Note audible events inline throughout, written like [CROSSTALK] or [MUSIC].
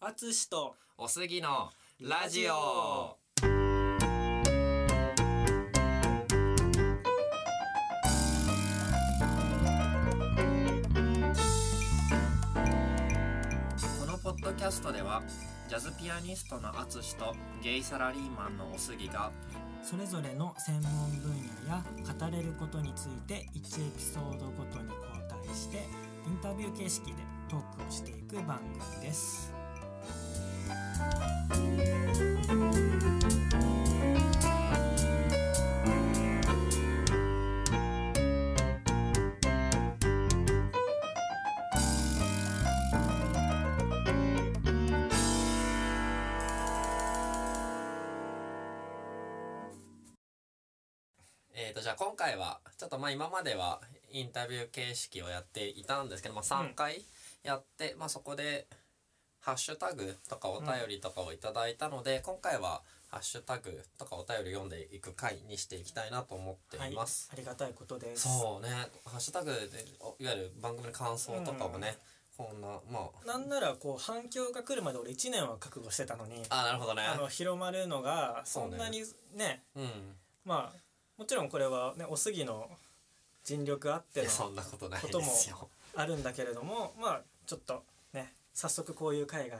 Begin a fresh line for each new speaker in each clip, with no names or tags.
あつしと
おすぎのラジオこのポッドキャストではジャズピアニストのアツシとゲイサラリーマンのおすぎが
それぞれの専門分野や語れることについて1エピソードごとに交代してインタビュー形式でトークをしていく番組です
えー、とじゃあ今回はちょっとまあ今まではインタビュー形式をやっていたんですけど、まあ、3回やって、まあ、そこでハッシュタグとかお便りとかをいただいたので、今回はハッシュタグとかお便り読んでいく回にしていきたいなと思っています。
はい、ありがたいことです
そうねハッシュタグでおいわゆる番組の感想とかもね、こんなまあ
なんならこう反響が来るまで俺1年は覚悟してたのに
あなるほどね
あの広まるのがそんなにね
うん
まあもちろんこれはねおすぎの尽力あっ
い
て
やそ
の
んなことないですよ
あるんだけれどもまあちょっとね早速こういう会が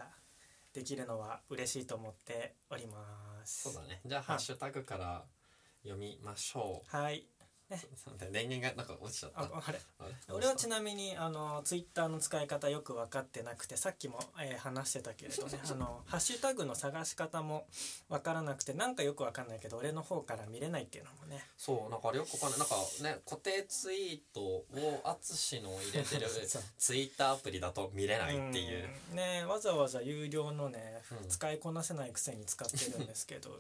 できるのは嬉しいと思っております
そうだねじゃあハッシュタグから読みましょ
はい
うすいません電源がなんか落ちちゃった
ああれ
あれ
俺はちなみにあのツイッターの使い方よく分かってなくてさっきも、えー話してたけれど
[LAUGHS]
ねあのハッシュタグの探し方も分からなくてなんかよく分かんないけど俺の方から見れないっていうのもね
そうなんかあれよくわかんないなんかね固定ツイートを淳の入れて
[LAUGHS]
る
そう
ツイッターアプリだと見れないっていう
うんねわざわざ有料のね、
うん
使いこなせないくせに使ってるんです
[LAUGHS]
けど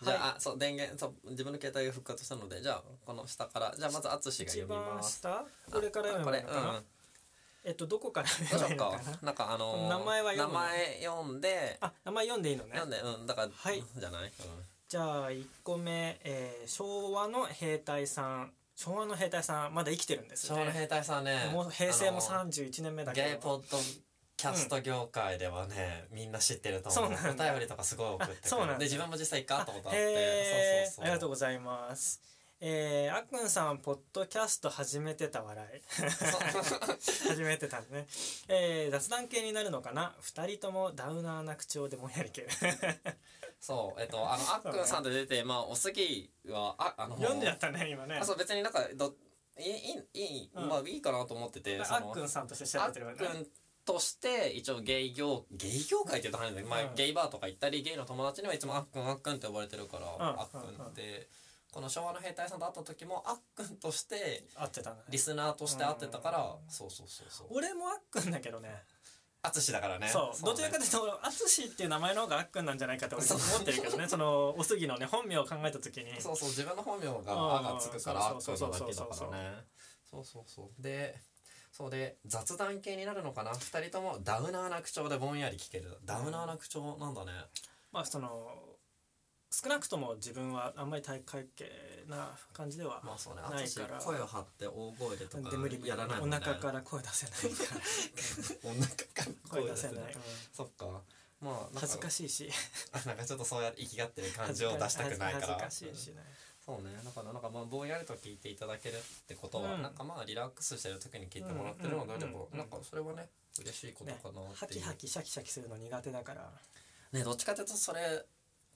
じゃあ,、あそう電源そう自分の携帯が復活したのでじゃあこの下からじゃあまず淳が
一
読みま
番
す
下これから
あ
読
こ
む
れ
のかな、
うん
えっとどこから
どうし
読む
よう
のか
か
な
なんかあのー
名前は読むの
名前読んで
あ名前読んでいいのね
読んでうんだから、
はい
じゃない、うん、
じゃあ1個目、えー昭和の兵隊さん昭和の兵隊さんまだ生きてるんですよ
昭和
ね
の兵隊さんね
もう平成も
あの
31年目だけど
ゲイポッドキャスト業界ではね、みんな知ってると思
そう
う
なんだ
お便りとかすごい送ってく
あそうなん
る
だ
で自分も実際行ったことあっ
へー
てそうそうそう
ありがとう
う
ございますえー、あっくんさんポッドキャスト始めてた
[LAUGHS]
笑い始めてたねえー、雑談系になるのかな2人ともダウナーな口調でもやり系
そうえっとあのあっくんさんで出てまあおすぎはああの
読んじゃったね今ね
あそう別になんかどいいいいい、
うん
まあいいかなと思っててそ
あ
の
っくんさんとして調
あ
べ
って
るわけ
くんとして一応ゲイ業ゲイ業界って言うと話だけど、
う
まあ、
ん
ゲイバーとか行ったりゲイの友達にはいつもあっくんあっくんって呼ばれてるから、
ん
あっくんってこの昭和の兵隊さんと会った時もあっくんとして
合ってたね
リスナーとして会ってたから、そうそうそうそう
俺もあっくんだけどね
淳だからね
そうどちらか
で
というと淳っていう名前の方があっくんなんじゃないかって俺思ってるけど [LAUGHS] ねそのおすぎのね本名を考えた時に
そうそう自分の本名が
うん
「あ」がつくからあっく
そうんそう
だ
そう
け
そ
だ
う
からねそうそうそうでそうで雑談系になるのかな二人ともダウナーな口調でぼんやり聞けるダウナーな口調なんだね、
まあその少なくとも自分はあんまり体会系な感じでは
まあそうね、
ない
私
から、
声を張って大声でと
で無理無
か
理
やらないもんね。
お腹からら [LAUGHS] 声出せないから
お腹から
声出せない、うん
そっか。まあなんか
恥ずかしいし
[LAUGHS] なんかちょっとそうやって生きがってる感
恥
じ
ず
を
か
出したくないから。
恥ずかしいしね
そうね。だからなんかまあぼんやりと聞いていただけるってことは、
うん
なんかまあリラックスしてる時に聞いてもらってるのであれ
うんうん
ば
うん、うん
なんかそれはね嬉しいこと
ね
かなって
ハ
いう。
キハキシャキシャキするの苦手だから
ねどっちかというとそれ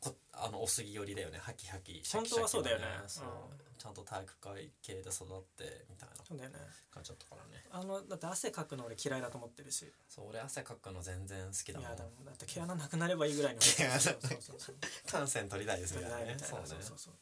こあのお杉寄りだよね。ハキハキ。シャキシャキ
本当はそうだよね
そう
うん
ちゃんと体育会系で育ってみたいな
そうだよね
感じだったからね。
あのだって汗かくの俺嫌いだと思ってるし
そう俺汗かくの全然好き
い
だもん
やだもんだって毛穴なくなればいいぐらいのそう
毛穴
そうそうそう
感染取りたいですみたいなね
そう
そうね
そうそう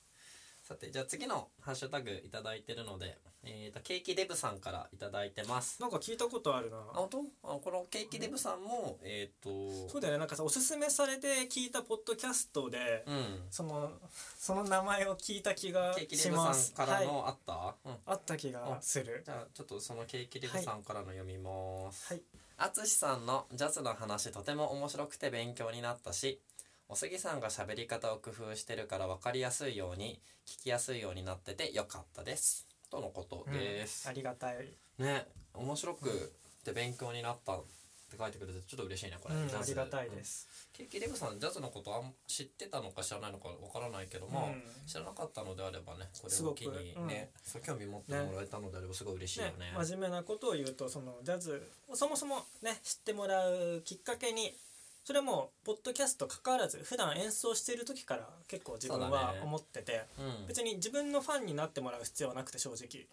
さてじゃあ次のハッシュタグいただいてるので、えー、とケーキデブさんからいただいてます
なんか聞いたことあるな
あ本当あのこのケーキデブさんもえっ、と
そう
だ
だよねなんかさおすすめされて聞いたポッドキャストで、
うん
そのその名前を聞いた気が
ケーキデ
し
ブ
ま
さ
す
んから
はい、
のあった、うん
あった気がする
じゃあちょっとそのケーキデブさんからの読みます
はい
あつしさんのジャズの話とても面白くて勉強になったしおすぎさんが喋り方を工夫してるから分かりやすいように聞きやすいようになっててよかったですとのことです、
ありがたい
ね面白くて勉強になったって書いてくれてちょっと嬉しいねこ
う
れ、
ん
ジャ
あ
ズ
りがたいです、
ケーキレブさんジャズのことあん知ってたのか知らないのかわからないけど
う
も、
ん
知らなかったのであればねこ
す
れ
ご
を
く
機にね、そう興味持ってもらえたのであればすごい嬉しいよね
ね、真面目なことを言うとそのジャズをそもそもね知ってもらうきっかけにそれはもうポッドキャスト関わらず普段演奏している時から結構自分
そう
は
だね
思ってて、
うん
別に自分のファンになってもらう必要はなくて正直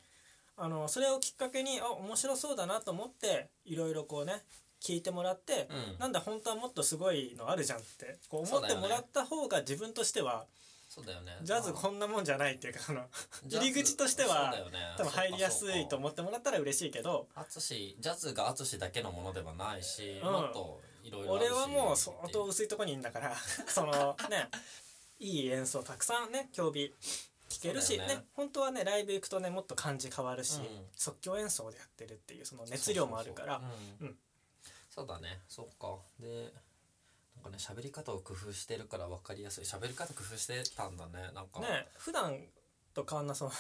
あのそれをきっかけにあ面白そうだなと思っていろいろこうね聞いてもらって、
うん
なんだ本当はもっとすごいのあるじゃんってこう思
そう
っ
だ
て
よね
もらった方が自分としては、
そうだよね
ジャズ
まあ
こんなもんじゃないっていうかあの
ジャズ
入り口としては
そうだよね
多分入りやすいと
思
思
う
ってもらったら嬉しいけど
かそうか淳ジャズが淳だけのものではないし、
うん
もっといろいろある
俺
し
はもう相当薄いとこにいんだから
[LAUGHS]
そのねいい演奏たくさんね競技聴けるし
そ
ね
うだよね
本当はねライブ行くとねもっと感じ変わるし、
うん
即興演奏でやってるっていうその熱量もあるから
そうそうそううん
うん
そうだねそっかでなんかね喋り方を工夫してるから分かりやすい喋り方工夫してたんだねなんか
ね普段と変わんなそう、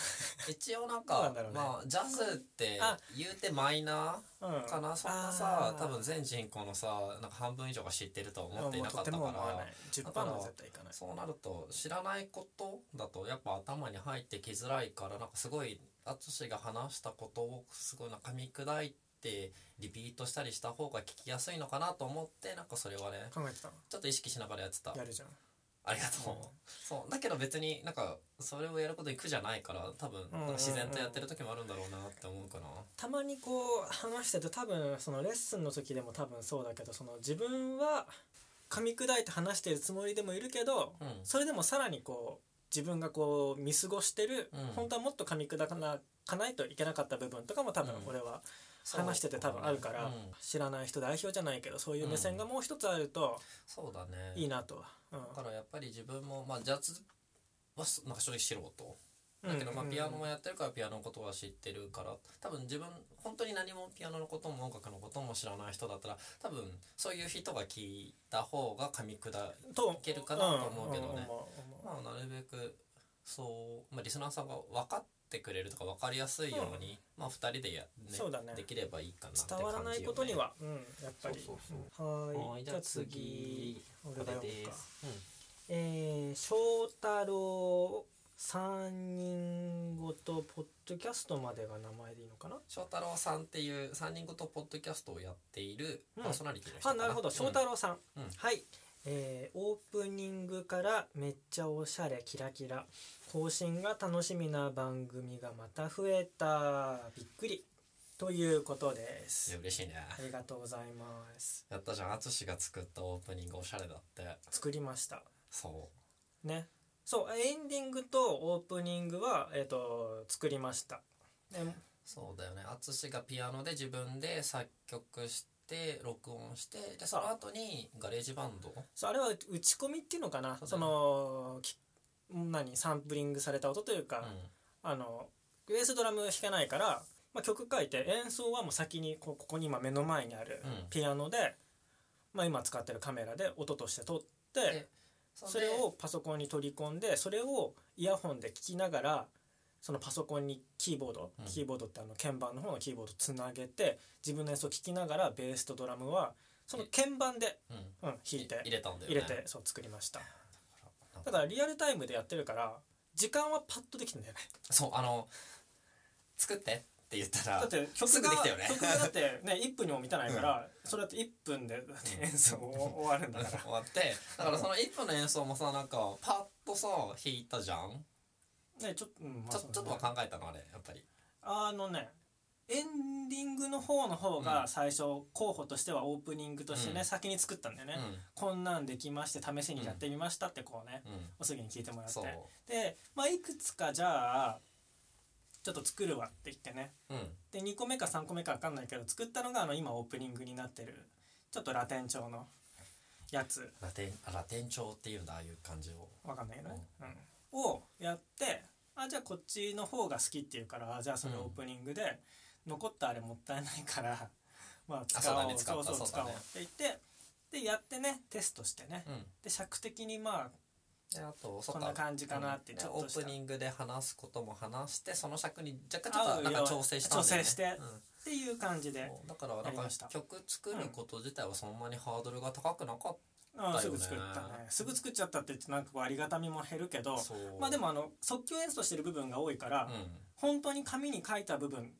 一応な
ど
ん
う
か
なんだろうね
まあジャズって
あ
言うてマイナ
うん、
ーかな、そんなさ
あー
多分全人口のさなんか半分以上が知ってるとは思ってい
もう
な
と
かっ
て
たか
も思わな
ら
い10%も絶対いかない
そうなると知らないことだとやっぱ頭に入ってきづらいからなんかすごい淳が話したことをすごいなんか噛み砕いてリピートしたりした方が聞きやすいのかなと思ってなんかそれはね
考えてたの
ちょっと意識しながらやってた
やるじゃん
ありがとう、そうだけど別になんかそれをやることに苦じゃないから多分なんか自然とやってる時もあるんだろうなって思うかな、
たまにこう話してると多分そのレッスンの時でも多分そうだけどその自分は噛み砕いて話してるつもりでもいるけど
うん
それでもさらにこう自分がこう見過ごしてる、
うん
本当はもっと噛み砕かなかないといけなかった部分とかも多分
うん
俺は
そう
話してて多分あるから、
うん
知らない人代表じゃないけどそういう目線がもう一つあると
そうだね
いいなとは。うん
だからやっぱり自分もまあジャズはすなんか正直素人だけどまあピアノもやってるからピアノのことは知ってるから多分自分本当に何もピアノのことも音楽のことも知らない人だったら多分そういう人が聞いた方が噛み砕
と
けるかなと思うけど
ん
ね
ん思う思う
まあなるべくそう、まあ、リスナーさんが分かってくれるとか分かりやすいように、まあ2人でや、ね
そうだね
できればいいかなって
伝
感じよ
わ
ね
らないことには、うん、やっぱり
そうそう
は
は
ー
い
い
じ
じ
ゃ
ゃ
あ
あ
次
次
こ
俺
れ
が読む
で
か
す、うん
えー、翔太郎三人ごとポッドキャストまでが名前でいいのかな
翔太郎さんっていう3人ごとポッドキャストをやっている
うん
パーソナリティの人
あ
かな、
なるほど
うん
翔太郎さん、
うん
はい、えーオープニングからめっちゃおしゃれキラキラ更新が楽しみな番組がまた増えたびっくりということで
いや
す
嬉しいね
ありがとうございます
やったじゃん淳が作ったオープニングおしゃれだって
作りました
そ
ねそうエンディングとオープニングは、えー、と作りましたで
うそうだよね淳がピアノで自分で作曲して録音してでその後にガレージバンド
そうあれは打ち込みっていうのかなそ,、
そうだね
のき何サンプリングされた音というか、あのベースドラム弾けないから、まあ、曲書いて演奏はもう先にこうここに今目の前にある
うん
ピアノで、まあ、今使ってるカメラで音として撮って
で
それをパソコンに取り込んでそれをイヤホンで聴きながらそのパソコンにキーボード、
うん
キーボードってあの鍵盤の方のキーボードつなげて自分の演奏聴きながらベースとドラムはその鍵盤で、
うん
うん、弾いて
入れたんだよ
入
ね
れてそう作りました
なん
だからリアルタイムでやってるから時間はパッとできてんだよね
そうあの作ってって言ったら
だって曲が
すぐできたよね
曲がだって
[LAUGHS]
ね1分にも満たないから、それだって1分でだって演奏終わるんだから
[LAUGHS] 終わってだからその1分の演奏もさなんかパッとさ弾いたじゃん [LAUGHS]
ねちょ,、うんまあ
ちょ
そう
ちょ
だ
っ
ね
とは考えたのあれやっぱり
あのねエンディングの方の方
う
が
ん
最初候補としてはオープニングとしてね、
うん
先に作ったんだよね、
う
こんなんできまして試しにやってみましたってこうね
んうん
おすぎに聞いてもらって
そう
で、まあ、いくつかじゃあちょっと作るわって言ってね
うん
で2個目か3個目か分かんないけど作ったのがあの今オープニングになってるちょっとラテン調のやつ
ラテンあラテン調っていうんだああいう感じを
分かんないけどね、うん、をやってあじゃあこっちの方が好きっていうからあじゃあそれ
うん
オープニングで、残ったあれもったいないから [LAUGHS] まあ使
そう
おう
だね使
そ
っ
う
た
そう
そうだ
使おう
ね
って言ってでやってねテストしてね、
うん
で尺的にま
であと
あ
そ
こ
っ
ん
か
な感じかなって
うん
ちょっ
オ
とし
ープ
た、
ニングで話すことも話してその尺に若干ちょっ
合うよ
となんか調整したんだよね
調整して
うん
っていう感じで
だからな
や
ん
り
か
ました
曲作ること自体はそんなにハードルが高くなかっ
ああ
だ
す
よね
ぐ作ったねすぐ作っちゃったって言ってなんかこうありがたみも減るけど
たそう
まあでもあの即興演奏してる部分が多いから、
う
本当に紙に書いた部分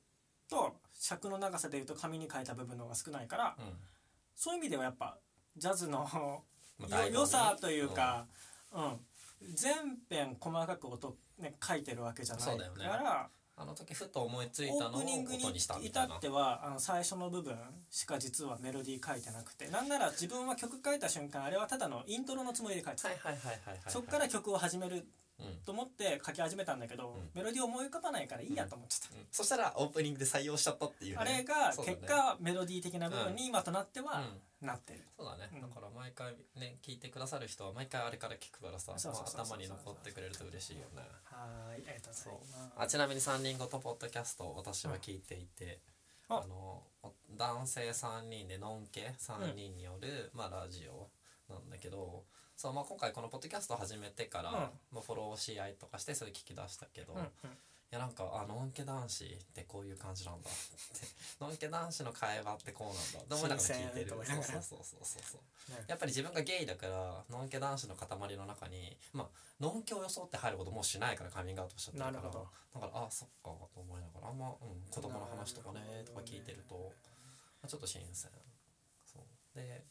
と尺の長さでいうと紙に書いた部分の方が少ないから
んうん
そういう意味ではやっぱジャズの
ま
よ
あ醍醐味
良さというか、うん、全編細かく音、ね、書いてるわけじゃない
そう
か
だよね
ら、
あの時ふと思いつい
オ
た
ー
のを
プニングに
音にしたみ
至
たいな
ってはあの最初の部分しか実はメロディー書いてなくてなんなら自分は曲書いた瞬間あれはただのイントロのつもりで書いてた、
はいはいはいはいはいはい
そっから曲を始める
うんうん
と思って書き始めたんだけど、
うん
メロディー思い浮かばないからいいやと思っちゃった。
そしたらオープニングで採用しちゃったっていうね
あれが
そうだ
結
ね
果、メロディー的な部分に今となって
う
は
ん
なってる、
そうだね、
うん
だから毎回ね聞いてくださる人は毎回あれから聞くからさ
そうそうそうそう
まあ頭に残ってくれると嬉しいよね
はーいありがとうござい
あ
ます
ちなみに3人ごとポッドキャストを私は聞いていて、
うんあ
あのお男性3人でのんけ3人による、まあ、ラジオなんだけどそう、まあ、今回このポッドキャスト始めてから、
うん
まあ、フォローし合いとかしてそれ聞き出したけど、
うんうん
いやなんかあのんけ男子ってこういう感じなんだ [LAUGHS] ってのんけ男子の会話ってこうなんだでもなんか聞い
新
て
鮮
る
と思い
そうそ
な
う
がら
そうそうそう
ね
やっぱり自分がゲイだからのんけ男子の塊の中にまあのんけを装って入ることもうしないからカミングアウトしちゃってるから
なるほど
だからあそっかと思いながらあんま、うん、子供の話とかねとか聞いてると、まあちょっと新鮮そうで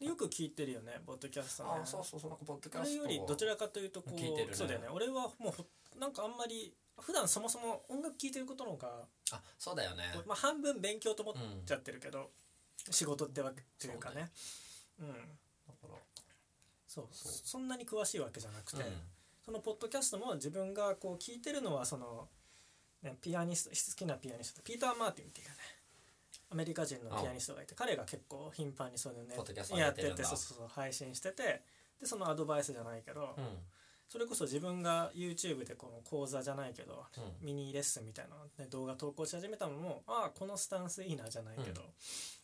よく聞いてるよねポッドキャストね
あそうそうそうなんかポッドキ
あ
ャス
れ
ト
よりどちらかというとこう
聞いてるね
そうだよね俺はもうほなんかあんまり普段そもそも音楽聴いてることの方が、
あそうだよね
まあ、半分勉強と思っ
うん
ちゃってるけど、仕事ってわけというかねうん
だから
そう
そう
そんなに詳しいわけじゃなくて、
うん
そのポッドキャストも自分がこう聞いてるのはその、ね、ピアニスト好きなピアニストピーター・マーティンっていうねアメリカ人のピアニストがいて彼が結構頻繁にそういうのね
ポッドキャスト
や
や
っ
って
て
るん
て
だ
そうそうそう配信しててでそのアドバイスじゃないけど、
うん
それこそ自分が YouTube でこの講座じゃないけど
うん
ミニレッスンみたいなのをね、動画投稿し始めたのもああこのスタンスいいなじゃないけど、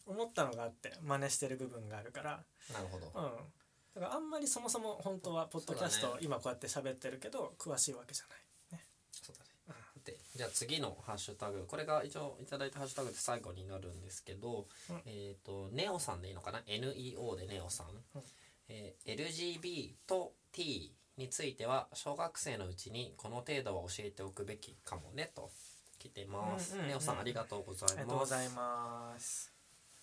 思ったのがあって真似してる部分があるから
なるほど、
うん、だからあんまりそもそも本当はポッドキャス
そう
ト
だ
今こうやって喋ってるけど詳しいわけじゃない。
そうだねでじゃあ次のハッシュタグこれが一応いただいたハッシュタグって最後になるんですけど、
うん
えっ、とネオさんでいいのかな NEO でネオさん、
うん
えー LGB と T については小学生のうちにこの程度は教えておくべきかもねと来てます、
うんうんうん
ネオさんありがとうござ
ありが
い
とうご
ます
ざいます。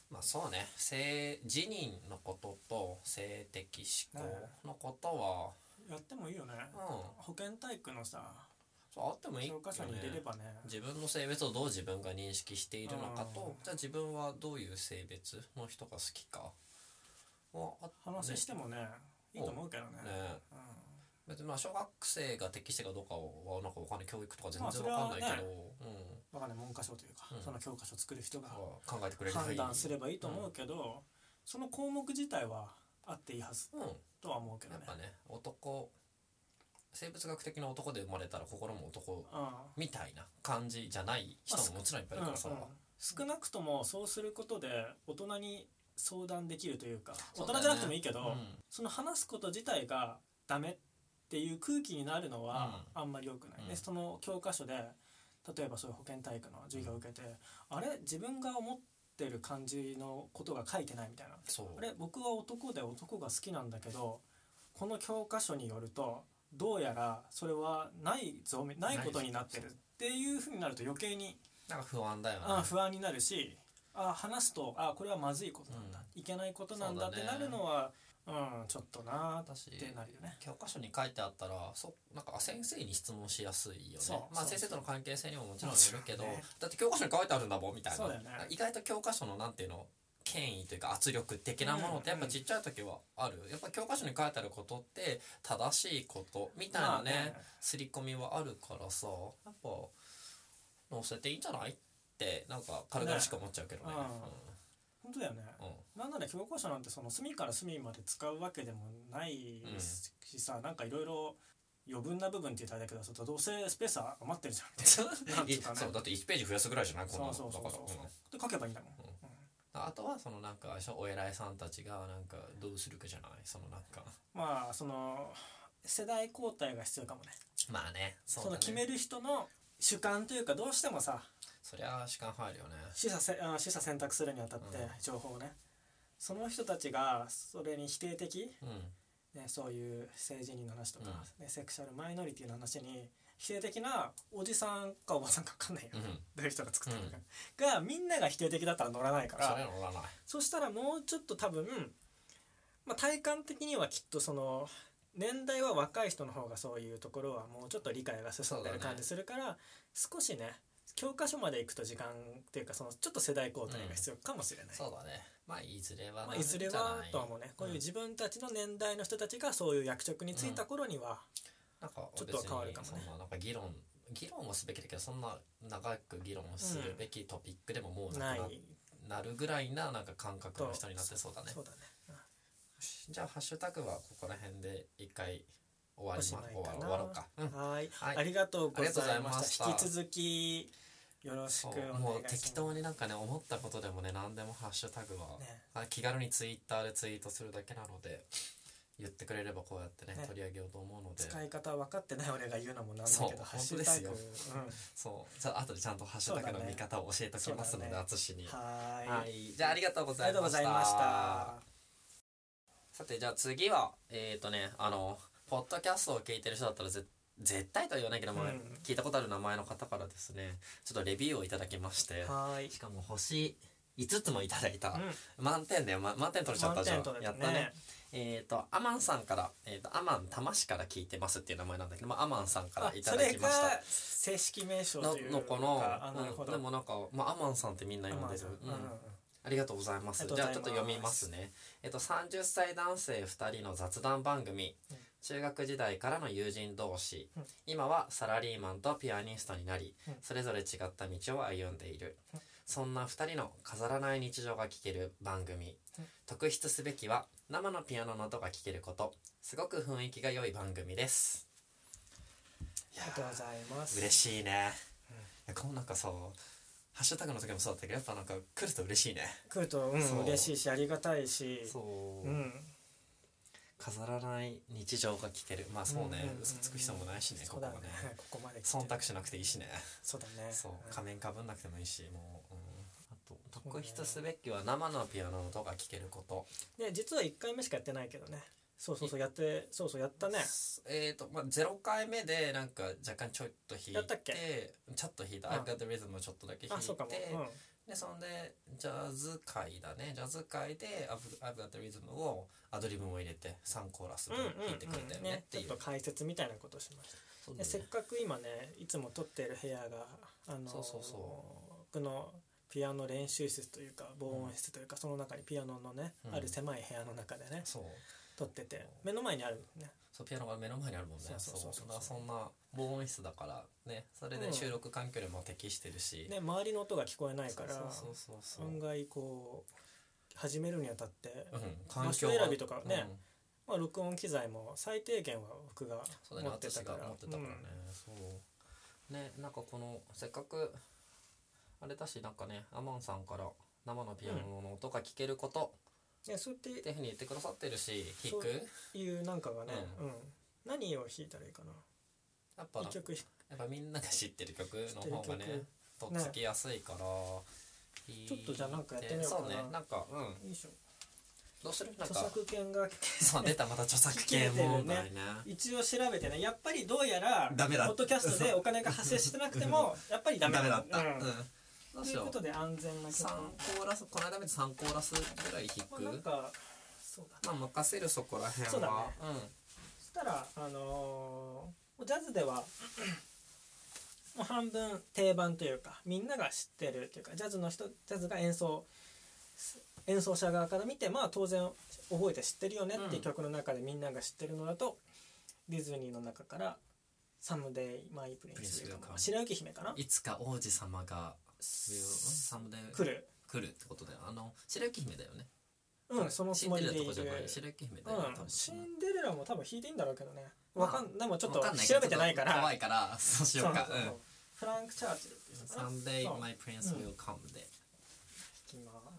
まあそうね性自認のことと性的思考のことは、
やってもいいよね。
うん
保健体育のさ、
そうあってもいいよ
教
ね
科書に入れればね。
自分の性別をどう自分が認識しているのか
うん
とじゃあ自分はどういう性別の人が好きかはあ
話してもね、いいと思うけどね。
ね
うん
別にまあ小学生が適してるかどうかはなんかわかんない教育とか全
まあ
然
それは
わかんないけど、
わかんない文科省というか、
うん
その教科書を作る人
うん
が
考えてくれる
判断すればいいと思
う
うけど、その項目自体はあっていいはず
ん、うん
とは思うけど
やっ
ね。
ぱね男生物学的な男で生まれたら心も男
うん
みたいな感じじゃない人ももちろんいっぱいいるからさ、
うんうん少なくともそうすることで大人に相談できるというか大人じゃなくてもいいけどそ,、
うん
の話すこと自体がダメっていう空気になるのはあんまり良くない、
うん
でその教科書で例えばそういう保健体育の授業を受けて、あれ自分が思ってる感じのことが書いてないみたいな
そう
あれ僕は男で男が好きなんだけどこの教科書によるとどうやらそれはないぞないことになってるっていうふうになると余計に
なんか不安だよね
あ不安になるしあ話すとあこれはまずいことなんだ、いけないことなんだって
そう
な
だね
るのはう,、んちょっとなーっ
私
てなるよね。
教科書に書いてあったらそうなんか先生に質問しやすいよね
そう
まあ
そう
先生との関係性にももちろん
も
よ
ちろん
る
ね
けど、だって教科書に書いてあるんだもんみたいな
そうだよね
意外と教科書のなんていうの権威というか圧力的なものってやっぱちっちゃい時はある、やっぱ教科書に書いてあることって正しいことみたいなね,、刷り込みはあるからさやっぱ載せていいんじゃないってなんか軽々しく思っちゃうけどね
ね本当だよね、
うんうん
なんなら教科書なんてその隅から隅まで使うわけでもないしさ、なんかいろいろ余分な部分って言ったらあれだけどそうどうせスペース余ってるじゃんみたい
[LAUGHS]
ななんてい
いう
かね
そうだって1ページ増やすぐらいじゃないこんな
そ
の
うそうそうそ
だからうん
うで書けばいいんだもん、
うん
うん
あとはそのなんかお偉いさんたちがなんかどうするかじゃないそのなんか
まあその世代交代が必要かもね
まあね
そ
そうだね
の決める人の主観というかどうしてもさ
そりゃ時間入るよね
取捨せあ取捨選択するにあたって
うん
情報をね、その人たちがそれに否定的、
う
ね、そういう政治人の話とか、ね、セクシャルマイノリティの話に否定的なおじさんかおばさんか分かんないよ、
んうん
どういう人が作ったのか、がみんなが否定的だったら乗らないか
それ
ら
は乗らない
そしたらもうちょっと多分、まあ、体感的にはきっとその年代は若い人の方がそういうところはもうちょっと理解が進んでる
そうだね
感じするから、少しね教科書まで行くと時間っていうかそのちょっと世代交代が必要かもしれない。
そうだねまあいずれは
ま
な
あ、
るん
い
じ
ずれ
ゃない
はとは思うね、こういう
うん
自分たちの年代の人たちがそういう役職に就いた頃には、
なんか
ちょっとは変わるかもね
別にそんななんか議論議論もすべきだけどそんな長く議論するべきトピックでももう
な
なく
い、
な,、なるぐらいななんか感覚の人になってそうだね
そうだね、うん
じゃあハッシュタグはここら辺で一回終わりま
おし
終
ま
わ
いかな
終わろうか、うん、
はい、
はい
ありがとうございました
あり
引
が
き
とうご
続きよろしく
そ
お
う
願いします
もう適当になんかね思ったことでもね何でもハッシュタグは、
ね
あ気軽にツイッターでツイートするだけなので言ってくれればこうやってね
ね
取り上げようと思うので
使い方分かってない俺が言うのもなんだ
そう
けどハッシ
本当
ュ
で
タ
す
グ、
よ
う
そうじゃあ後でちゃんとハッシュタグの見方を教えておきま
そ
すの
う
で
だね
淳、に
ん、はーい
はい、じゃあありがとうご
あ
ざ
りが
い
とうご
ました
ざいました
さてじゃあ次はえっ、とねあのポッドキャストを聞いてる人だったらぜ絶対とは言わないけども、
うん
聞いたことある名前の方からですねちょっとレビューをいただきまして
はーい
しかも星5つもいただいた、
う
満点だよ、ま、満点取れちゃ
ん
っ
満
たじゃん
点取れ
や
た
っ
ね
たねえっ、とアマンさんから、えー、とアマン玉市から聞いてますっていう名前なんだけど、まあ、アマンさんから
あ
いた
そ
だ
れ
きま
が
した
正式名称
の
という
のこの
かあなる
う
ほ
ん、
ど、
でもなんか、まあ、アマンさんってみんな呼んでる、
うん
うんありがとうございま
あ
す
りがとうご
じ
ざ
ゃあ
い
ちょ
ます
っと読みますねえっ、と30歳男性2人の雑談番組、
うん
中学時代からの友人同士、
うん
今はサラリーマンとピアニストになり、
うん
それぞれ違った道を歩んでいる、
うん
そんな2人の飾らない日常が聞ける番組、
うん
特筆すべきは生のピアノの音が聞けることすごく雰囲気が良い番組ですいや
ありがとうございます
嬉
し
しいね、いやこのなんかさハッシュタグの時もそうだったけどやっぱなんか来ると嬉しいね
来ると、う
そ
ん、
う
嬉しいしありがたいし
そう、
うん
飾らない日常が聞けるまあそうね、
んんんん
嘘つく必要もないしねこ
そ
こ
う
は
だ
ね
ね [LAUGHS] ここまで来て
忖度しなくていいしね
そうだね
そう
うん
仮面かぶんなくてもいいしもう、うん、あと
う
特
ね
筆すべきは生のピアノの音が聞けること
ね実は1回目しかやってないけどねそうそうそうやってそうそうやったね
えっ、とまあ0回目でなんか若干ちょっと弾
や
い
ったっけ
てちょっと弾いた
うん
I've got the rhythm をちょっとだけ弾
あ
いて
そうかも、う
でそんでジャズ会だねジャズ会で I've, I've got the rhythm をアドリブも入れて3コーラス
ん、
分
うんうん
弾いてくれた
う
よ
ん
ね
ね
っ
ち
て
ょ
い
っ
う
と解説みたいなことしました
そう
で
だ
せっ
ね
かく今ねいつも撮ってる部屋があのー
そうそうそ
僕のピアノ練習室というか防音室というか、その中にピアノのね、
うん
ある狭い部屋の中でね
そう
撮ってて目の前にあるのね
そうピアノが目の前にあるもんね
そう
そ
そううそ
そ
うう
そ
そう
うだからそんな防音室だからねそれ
う
で
ん
収録環境にも適してるし、
ね周りの音が聞こえない
そ
か
う
ら
そうそうそう
案外こう始めるにあたって、
うん
場所選びとかね
うん
まあ、録音機材も最低限は僕が
そうだ
持
ね
って
私
たか
が
ら
持ってたからね、
うん
そうねなんかこのせっかくあれだしなんかねアマンさんから生のピアノの音が聞けること
ね、そうやっ
っていうふうに言ってくださってるし弾
そう
く
ていうなんかがね、
う
うん何を弾いたらいいかな
やっぱな
一曲弾
やっぱみんなが知ってる曲の方が
知って
ね
る
とっつきやすいから、
ちょっとじゃあなんかやってみようかな
そうねなんかうん
くよいしょ
どうするなん
著
か
作権が
[LAUGHS] そう出たまた著作権
[LAUGHS]
問題ね
一応調べてねやっぱりどうやら
ダメだ
ポッドキャストでお金が発生してなくてもやっぱりダメうん
うんどう
と
し
いう
よ
こ
う
とで安全な
3
曲
コーラスこの間まで3コーラスぐらい弾
まあ
く
なんかそうだね
まあ任せるそこら辺は
そうだね
ん
そしたらあのージャズではもう半分定番というかみんなが知ってるというかジャズの人ジャズが演奏す演奏者側から見てまあ当然覚えて知ってるよねっていう曲の中でみんなが知ってるのだと、ディズニーの中から「サムデイ・マイ・プリンス」
プリンス
か
か
白雪姫かない
つか王子様がサムで
来る
来るってことだよあの白雪姫だよね
うんそのつ
シ
も
ンデ
り
レ
で
ラと
いる
かじゃない白雪姫だよね多
うん
分
シンデレラも多分弾いていいんだろうけどねわかんでもちょっと
わかんないけ
調
ど
べてないから
怖いからそうしようか
そうそうそうフランク・チャーチルっていう
「
人かな
Someday
そう
my prince will come」で
いきます。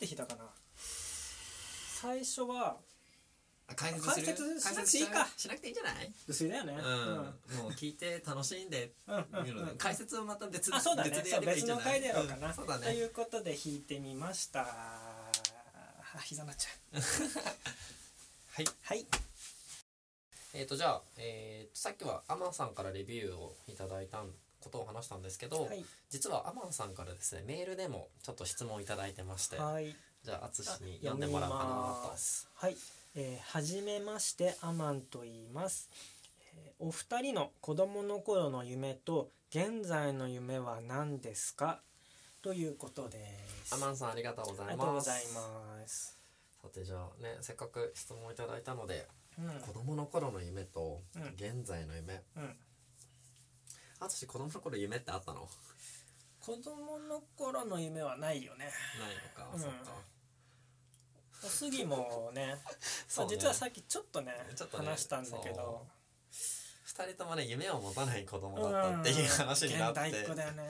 日だかな最初は
解説する
解説しなくて
解説
いいか
しなくていいんじゃない
薄いだよね
うん、もう聞いて楽しんで
うんうん
見るの
うん
で
うん
解説をまた別
あそうだね
別で
そ
や
う
ればいい
別
んじゃ
の
ない
回でやろうかな、
んそうだ
とい
ね
うことで弾いてみましたあ膝なっちゃう
[LAUGHS] はい
はい
えっ、とじゃあ、えーとさっきはアマンさんからレビューをいただいたことを話したんですけど、
はい
実はアマンさんからですねメールでもちょっと質問をいただいてまして、
はい
じゃあ淳
あ
に読んでもらおうかな
読み
と
ますはい、えーはじめましてアマンと言います、えーお二人の子供の頃の夢と現在の夢は何ですかということです
アマンさんありがとうござ
あり
いま
が
す
とうございます
さてじゃあねせっかく質問をいただいたので
うん
子供の頃の夢と
うん
現在の夢、
うん
あとし子供の頃夢ってあったの
子供の頃の夢はないよね
ないのか、
うん
そっか
おすぎ
[LAUGHS]
もね
そうね
実はさっきちょっとね
ちょっとね
話したんだけど
二人ともね夢を持たない子供だったっていう話になって、
うん現代っ子だよね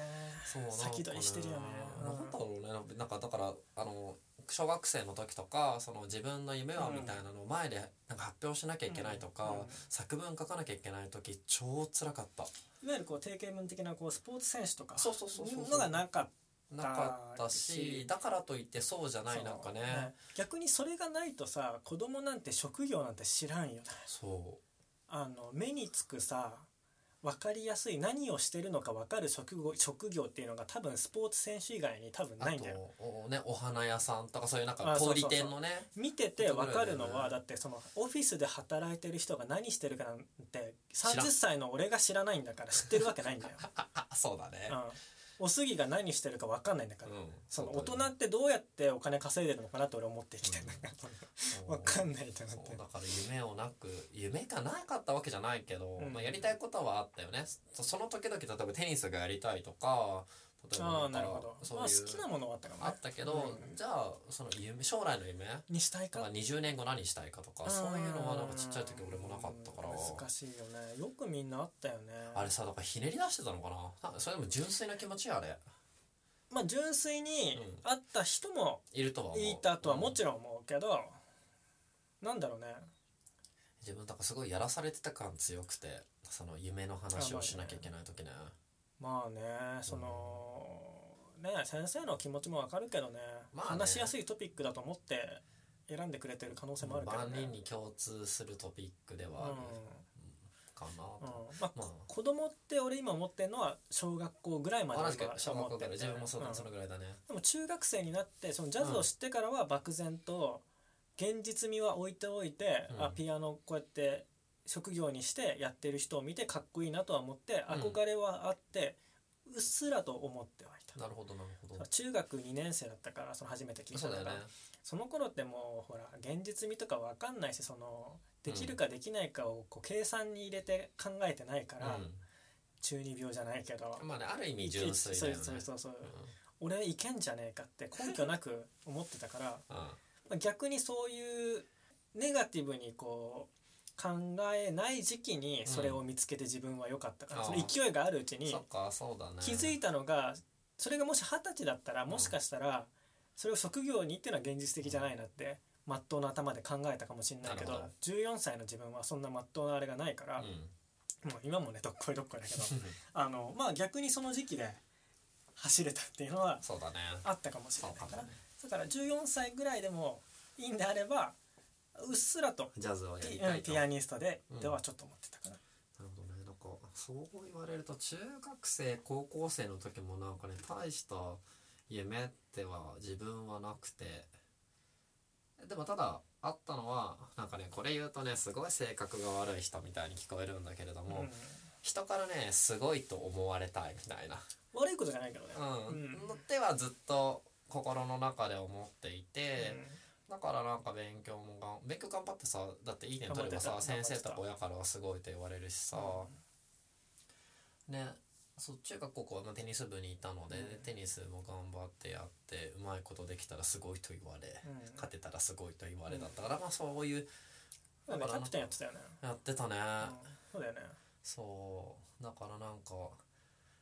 そうなんかね
先取りしてるよねうん
なんだろうねなんかだからあの小学生の時とかその自分の夢はみたいなのを前でなんか発表しなきゃいけないとか、
うんうん
作文書かなきゃいけない時超辛かった
いわゆるこう定型文的なこうスポーツ選手とか
そうそうそうそう
のがなかっ
なかったしだからといってそうじゃ
た
ない
そう
なんかね
逆にそれがないとさ子供なんて職業なんて知らんよね
そ
あの目につくさ分かりやすい何をしてるのか分かる職業職業っていうのが多分スポーツ選手以外に多分
うあ
ないんだよ
とお,、ね、お花屋さんとかそういうなんか
あ
小
そう
売
そうそう
店のね
見てて分かるの
本当だよ
は
ね
だってそのオフィスで働いてる人が何してるかなんて
知らん
30歳の俺が知らないんだから知ってるわけないんだよ、
あそうだね
うん、おすぎが何してるか分かんないんだか
う
ら、
ん
その
うだ
大
ね
人ってどうやってお金稼いでるのかなって俺思ってきてんだから [LAUGHS]
そう
分かんないってなっ
そ
て
うだから夢をなく夢がなかったわけじゃないけど、
うん
まあ、やりたいことはあったよねそその時々例えばテニスがやりたいとか例えば
ああ
だ
な
か
る
ら
ほど
そういう、
まあ、好きなものはあったかも
あ
ね
ったけど、
うん
じゃあその夢将来の夢
にしたい
とか
か
20年後何したいかとかそういうのはなんかちっちゃい時俺もなかったから
うん難しいよねよくみんなあったよね
あれさだからひねり出してたのかななんかそれでも純粋な気持ちあれ
まあ純粋に
うん
あった人も
いるとは思う
いたとはも
ろん
ちろん思うけど、なんだろうね
自分だからすごいやらされてた感強くてその夢の話をしなきゃいけない時ね
まあねその、ね先生の気持ちもわかるけどね,、
まあね
話しやすいトピックだと思って選んでくれてる可能性もあるけど
万
ね
人に共通するトピックで
う
はある
ん
かなと、
うんまあ
まあ
子供って俺今思ってるのは小学校ぐらいまで
同
今
じく小学校からい自分もそうだ、
うん
そのぐらいだね
でも中学生になってそのジャズを知ってからは漠然と現実味は置いておいて、
うん
あピアノこうやって職業にしてやってる人を見てかっこいいなとは思って
うん
憧れはあって、うっすらと思ってはいた
なるほどなるほど
中学2年生だったからその初めて聞いた
そう
の
だよね
がその頃ってもうほら現実味とか分かんないしそのできるかできないかをこう計算に入れて考えてないから、中二病じゃないけど
う。んまあねある意味純粋だよね
そうそうそうそう
うん
俺いけんじゃねえかって根拠なく思ってたから [LAUGHS]
うん
まあ逆にそういうネガティブにこう考えない時期にそれを見つけて自分は良かったから、
ああ
その勢いがあるうちに
そっかそうだね
気づいたのがそれがもし二十歳だったらもしかしたらそれを職業にっていうのは現実的じゃないなってまっとうな頭で考えたかもしれないけど
なるほ
14歳の自分はそんなまっとうなあれがないから、
うん [LAUGHS]
もう今もねどっこいどっこいだけどあのまあ逆にその時期で走れたっていうのは
そうだね
あったかもしれ
そ
な
う
い
か
か
も
ら
ね
だから14歳ぐらいでもいいんであればうっすらと
ジャズをや
ピ
りたいと
ピアニストで
うん
ではちょっと思ってたから、
なるほどねなんかそう言われると中学生高校生の時もなんかね大した夢っては自分はなくてでもただあったのはなんかねこれ言うとねすごい性格が悪い人みたいに聞こえるんだけれども、
うん
人からねすごいと思われたいみたいな、
悪いことじゃないけどね、
うん
うん
のってはずっと心の中で思っていて、
う
だからなんか勉強もがん勉強頑張ってさだっていい点取ればさ
頑張ってた
先生とか親からはすごいと言われるしさ、ねそう中学高校はまあテニス部にいたので、
うん
テニスも頑張ってやってうまいことできたらすごいと言われ、
ん
勝てたらすごいと言われだったから、まあそういう
うん
だか
キ
ら
ャプテンやってたよね、
やってたね、
うんそうだよね
そうだからなんか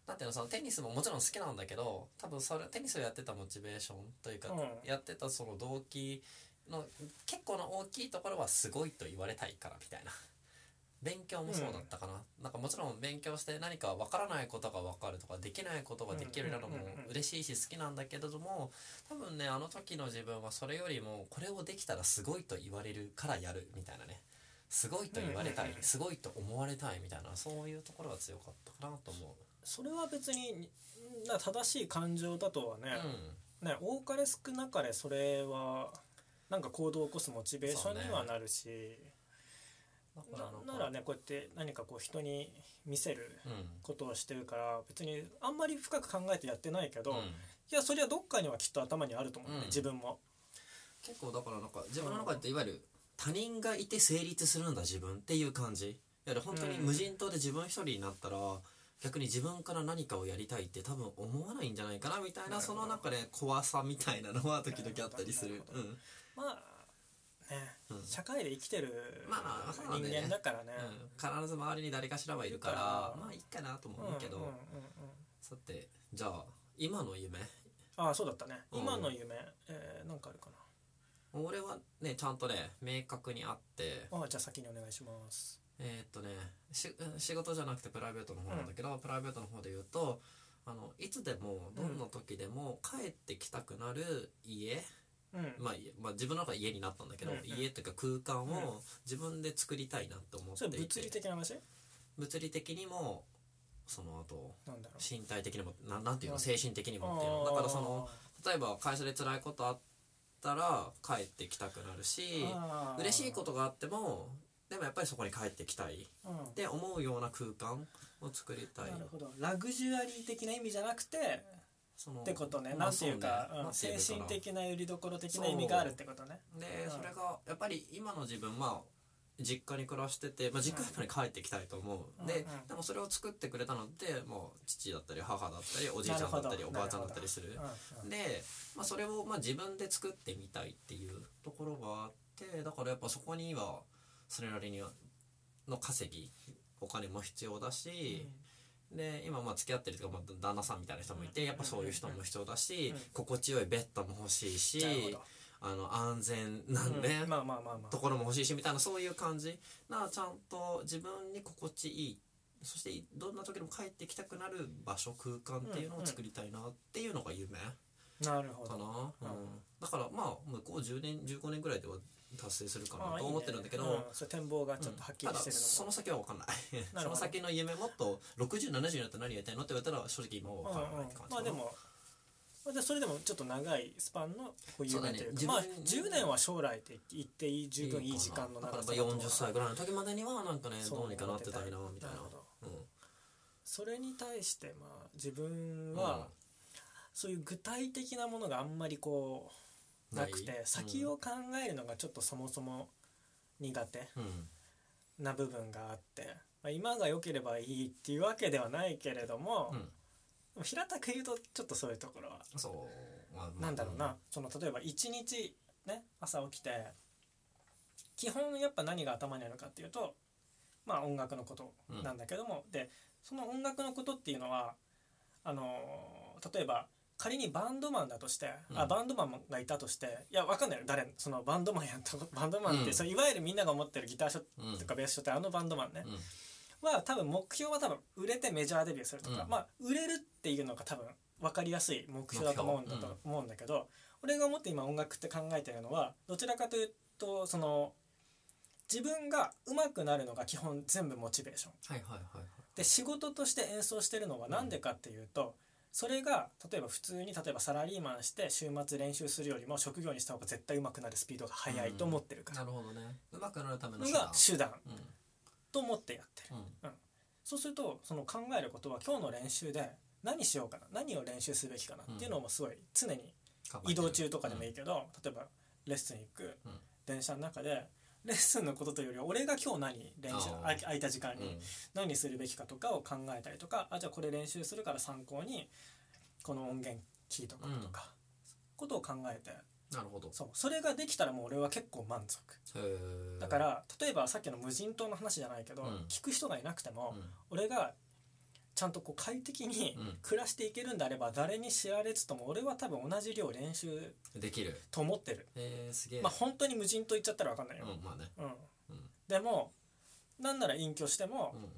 なんていうのそのテニスももちろん好きなんだけど多分それテニスをやってたモチベーションというか、
うん
やってたその動機の結構な大きいところはすごいと言われたいからみたいな [LAUGHS] 勉強もそうだったかな、なんかもちろん勉強して何か分からないことが分かるとかできないことができるなのも
うんうんうんうん
嬉しいし好きなんだけれども多分ねあの時の自分はそれよりもこれをできたらすごいと言われるからやるみたいなねすごいと言われた
うん
い
うんうん
すごいと思われたいみたいなそういうところが強かったかなと思う。
それは別にな正しい感情だとはね,、
うん
ね多かれ少なかれそれはなんか行動を起こすモチベーションにはなるし、
だからなんか
なならねこうやって何かこう人に見せる
うん
ことをしてるから別にあんまり深く考えてやってないけど、
う
い
ん
やそれはどっかにはきっと頭にあると思うね、
うん
自分も。
結構だからなんか自分の中でいわゆる他人がいて成立するんだ自分っていう感じいわゆる本当に無人島で自分一人になったら、逆に自分から何かをやりたいって多分思わないんじゃないかなみたいな
なるほ
そ
ど
の中で怖さみたいなのは時々あったりする
なるほどまあね、
うん、うん
社会で生きてる
まあまあそうなん
人
だよね
間だからね。
うん、必ず周りに誰かしらはいるから
いるから
まあいいかなとも
うん
思うけど、
うんうんうん
さてじゃあ今の夢
ああそうだったね。
うん
今の夢、えー、なんかあるか
俺はねちゃんとね明確にあって
な。ああじゃあ先にお願いします。
えーっとねし仕事じゃなくてプライベートの方なんだけど、プライベートの方で言うとあのいつでもどんな時でも帰ってきたくなる家、
うん。
まあ、いまあ自分の中で家になったんだけど、
うんうん
家というか空間
うん
を自分で作りたいなって思っ
そ
て
れ
いて
物理的な話
物理的にもその後
なんだろう。
身体的にもななんていう
う
の
ん
精神的にもっていうの
あ
だ
あ
からその例えば会社で辛いことあったら帰ってきたくなるし
ああ
嬉しいことがあってもでもやっぱりそこに帰ってきたい
うん
って思うような空間を作りたい
なるほどラグジュアリー的な意味じゃなくて
その
ってことね、
まあ
なんていうか、
そうね
うん
なんてい
精
うのかな
神的な売りどころ的な意味があるってことね
で
うん
それがやっぱり今の自分まあ実家に暮らしてて、まあ、実家やっぱり帰ってきたいと思う、
うん
で
うん
でもそれを作ってくれたのってもう父だったり母だったりおじいちゃんだったり
なるほど
おばあちゃんだったりす
う
る
んうん
で、まあ、それをまあ自分で作ってみたいっていうところがあってだからやっぱそこにはそれなりにはの稼ぎお金も必要だし、で今まあ付き合ってるとか、まあ、旦那さんみたいな人もいてやっぱそういう人も必要だし、
うん
心地よいベッドも欲しいし、
なるほど
あの安全なね、
うんまあまあまあまあ
ところも欲しいしみたいなそういう感じなちゃんと自分に心地いいそしてどんな時でも帰ってきたくなる場所空間っていうのを作りたいなっていうのが夢か
なるほ
な、
ど
うん
うん
だからまあ向こう10年15年ぐらいでは達成するか
あ
な
あいい
と
ね
思ってるんだけど。
うんそれ展望がちょっとはっきりして
ただ
る
その先は分かんない
なる
そ
ほど
の先の夢もっと6070になったら何やりたいのって言われたら正直今は
のが
分から
うんう
ない
ん
って感じ
まあでもまあでそれでもちょっと長いスパンのこういう
そうだ
夢と
ね
いうか
自分
まあ10年は将来って言っていい十分いい時間の
だ
長
から
さ
ま
だ
あ
と思う
40歳ぐらいの時までにはなんかね
そう
どうにかなってたいなみたいな
るほど
うん
それに対してまあ自分はそういう具体的なものがあんまりこうなく
ない
て先を考えるのがちょっとそもそも苦手
うんうん
な部分があって、まあ、今が良ければいいっていうわけではないけれども、
うん
でも平たく言うとちょっとそういうところは
そう、まあまあ
なんだろうな、その例えば一日ね朝起きて基本やっぱ何が頭にあるかっていうとまあ音楽のことなんだけども、でその音楽のことっていうのはあのー例えば仮にバンドマンだとして、
う
あ
ん
バンドマンがいたとしていやわかんないよ誰そのバンドマンやったことバンドマンって、
うん
そのいわゆるみんなが思ってるギターショ
うん
とかベースショってあのバンドマンね
う、ん
は多分目標は多分売れてメジャーデビューするとか、
うん
まあ売れるっていうのが多分分かりやすい目標だと思うんだ
目標
と思うんだけど、俺が思って今音楽って考えてるのはどちらかというとその自分が上手くなるのが基本全部モチベーション
はいはいはいはい
で仕事として演奏してるのは何でかっていうと、それが例えば普通に例えばサラリーマンして週末練習するよりも職業にした方が絶対上手くなるスピードが速いと思ってるから、
なるほどねうまくなるための
のが手段
うん
と思ってやってる。
うん
そうするとその考えることは今日の練習で何しようかな何を練習すべきかなっていうのもすごい常に
考えてる
移動中とかでもいいけど、例えばレッスン行く
うん
電車の中でレッスンのことというよりは俺が今日何練習
あー
あ空いた時間
うん
に何するべきかとかを考えたりとかあじゃあこれ練習するから参考にこの音源聞いとこうとか、ことを考えて
なるほど
そうそれができたらもう俺は結構満足
へー
だから例えばさっきの無人島の話じゃないけど、
うん
聞く人がいなくても、
うん
俺がちゃんとこう快適に
うん
暮らしていけるんであれば誰に知られつとも俺は多分同じ量練習
できる
と思ってる
えー、すげえ、
まあ本当に無人と言っちゃったら分かんないよ、
うんまあね
うん
うん
でもなんなら隠居しても
うん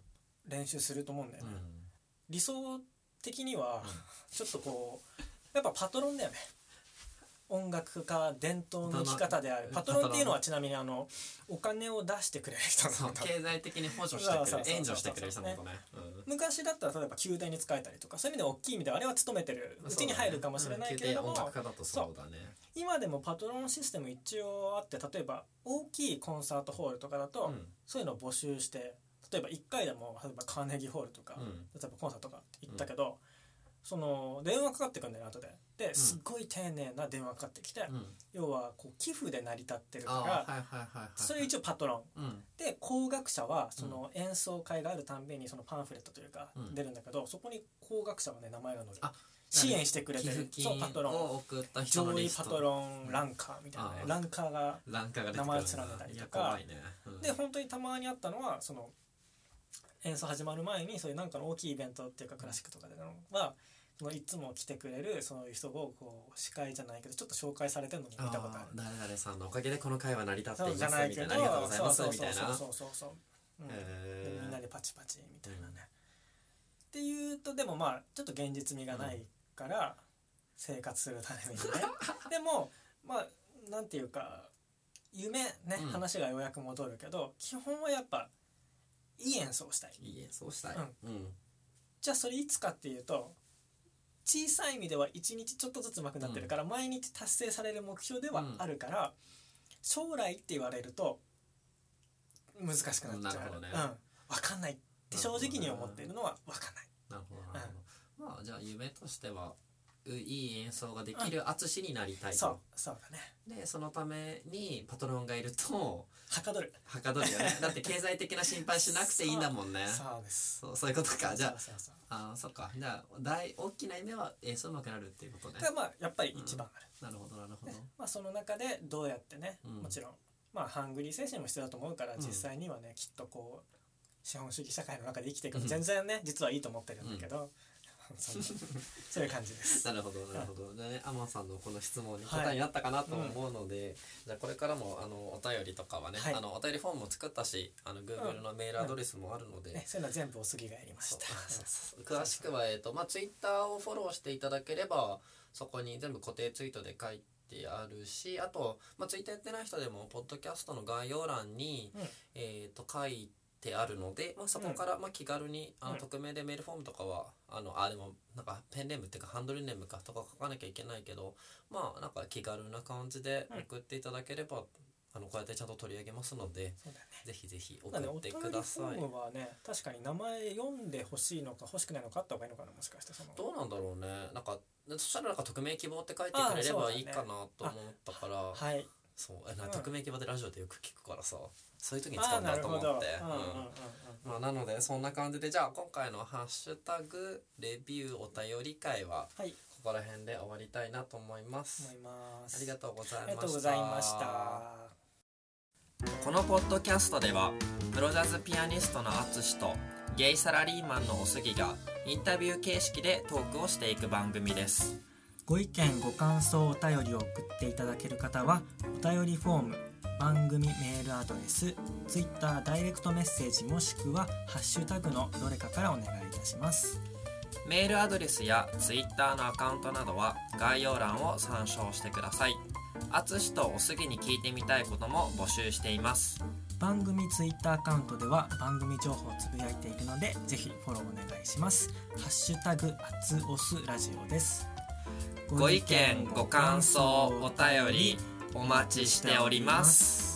練習すると思うんだよ
う
ね、
ん
理想的には
うん
ちょっとこうやっぱパトロンだよね音楽家伝統の生き方である
パ
パト
トロ
ロ
ン
ンっていうのはちなみにあのお金を出してくれる人
そ
の
う
こと
経済的に補助して
そう
く
そうそう
れる
そう
援助してくれる人のことねうん
昔だったら例えば宮殿に使えたりとかそういう意味では大きい意味ではあれは勤めてるうちに入るかもしれないけれども、
そうだねうん経済音楽家だとそうだね
今でもパトロンシステム一応あって例えば大きいコンサートホールとかだと、
うん
そういうのを募集して例えば1回でも例えばカーネギーホールとか、
うん
例えばコンサートとか行ったけど、その電話かかってくるんだよね後でですっごい丁寧な電話かかってきて、
うん
要はこう寄付で成り立ってるから、
ああはいはいはいはい
それ一応パトロン
うん
で高額者はその演奏会があるたんびにそのパンフレットというか
うん
出るんだけど、そこに高額者のね名前が載る
あ
支援してくれ
寄
て
付
るそうパト
金
ロン
を送った人の
上
リ
位
ス
パ
ト
トロンランカーみたいなね
あー
ランカーが
欄下が出てくるんだ
名前を連ねたりとか
いや怖いねうん
で本当にたまにあったのはその演奏始まる前にそういうなんかの大きいイベントっていうかクラシックとかでのはそのいつも来てくれるそういう人をこう司会じゃないけどちょっと紹介されてるのも見たことあ
あー
る。
誰々さんのおかげでこの会は成り立っ
そう
ていますみ
じゃ
た
ない
い
けど
なありがとうござい
そ
ま
う
す
そう
みたいな
そうそうそうそう、うん
へー
でみんなでパチパチみたいなね。っていうとでもまあちょっと現実味がないから生活するた
[LAUGHS]
めにねでもまあなんていうか夢ね、
うん
話がようやく戻るけど基本はやっぱいい演奏をしたい
いい演奏したい、
う
うん
じゃあそれいつかっていうと小さい意味では一日ちょっとずつ上手くなってるから、毎日達成される目標ではあるから、将来って言われると難しくなっちゃう
なるほどね
うん、分かんないって正直に思ってるのは分かんない
なるほどなるほど、まあじゃあ夢としてはういい演奏ができる淳になりたい
そう
と、
そうだね
でそのためにパトロンがいると [LAUGHS]
はかどる
はかどる
[LAUGHS]
よねだって経済的な心配しなくていいんだもんね
そうです
そうそういうことかじゃ
そうそうそう
ああーそっかじゃあ大大きな夢は演奏うまくなるっていうことね
がまあやっぱり一番ある、
なるほどなるほど、
[LAUGHS] まあ、その中でどうやってね、
うん
もちろんまあハングリー精神も必要だと思うから
うん
実際にはね、きっとこう資本主義社会の中で生きていく
う
の
ん
全然ね、実はいいと思ってるんだけど、 [LAUGHS] そんなそういう感じ
[LAUGHS]
です。
なるほどなるほど、でね、アマンさんのこの質問に答えになったかなと思うので、じゃあこれからもあのお便りとかはね、
はい
あのお便りフォームも作ったしあの Google のメールアドレスもあるので、
ね、そういうのは全部おすぎがやりまし
そう
た。
そうそう [LAUGHS] 詳しくは、えーとまあ、Twitter をフォローしていただければそこに全部固定ツイートで書いてあるしあと、まあ、Twitter やってない人でもポッドキャストの概要欄に、
うん
えー、と書いてあるので、まあ、そこから、まあ、気軽にあの
うん
匿名でメールフォームとかはあのあでもなんかペンネームっていうかハンドルネームかとか書かなきゃいけないけどまあなんか気軽な感じで
うん
送っていただければ、あのこうやってちゃんと取り上げますので
[LAUGHS] そうだね。
ぜひぜひ送
なの
っ
で
て
お
く
便りフ
ださ
ォ
い。
ームはね確かに名前読んでほしいのか欲しくないのかあった方がいいのかなもしかしてその
どうなんだろうねなんかそしたらなんか匿名希望って書いてくれれ
ああそうだ
ば
ね
いいかなと思ったから
はい
そうえな
うん
匿名希望でラジオでよく聞くからさそういう時に使
あ
う
あ
ん
な
だ
る
と思
ほ
って
ど、うんうんうん
うんまあなのでそんな感じでじゃあ今回の「ハッシュタグレビューお便り会」は
はい
ここら辺で終わりたいなと思いま
思
す
います
ありがとうございました
ありがとうございました。
このポッドキャストではプロジャズピアニストのアツシとゲイサラリーマンのおすぎがインタビュー形式でトークをしていく番組です
ご意見ご感想お便りを送っていただける方はお便りフォーム番組メールアドレス Twitter ダイレクトメッセージもしくは「ハッシュタグのどれか」からお願いいたします
メールアドレスやツイッターのアカウントなどは概要欄を参照してください。あつしとおすぎに聞いてみたいことも募集しています。
番組 Twitter アカウントでは番組情報をつぶやいているのでぜひフォローお願いします「ハッシュタグあつおすラジオ」です
ご意見、ご感想、お便り、お待ちしております。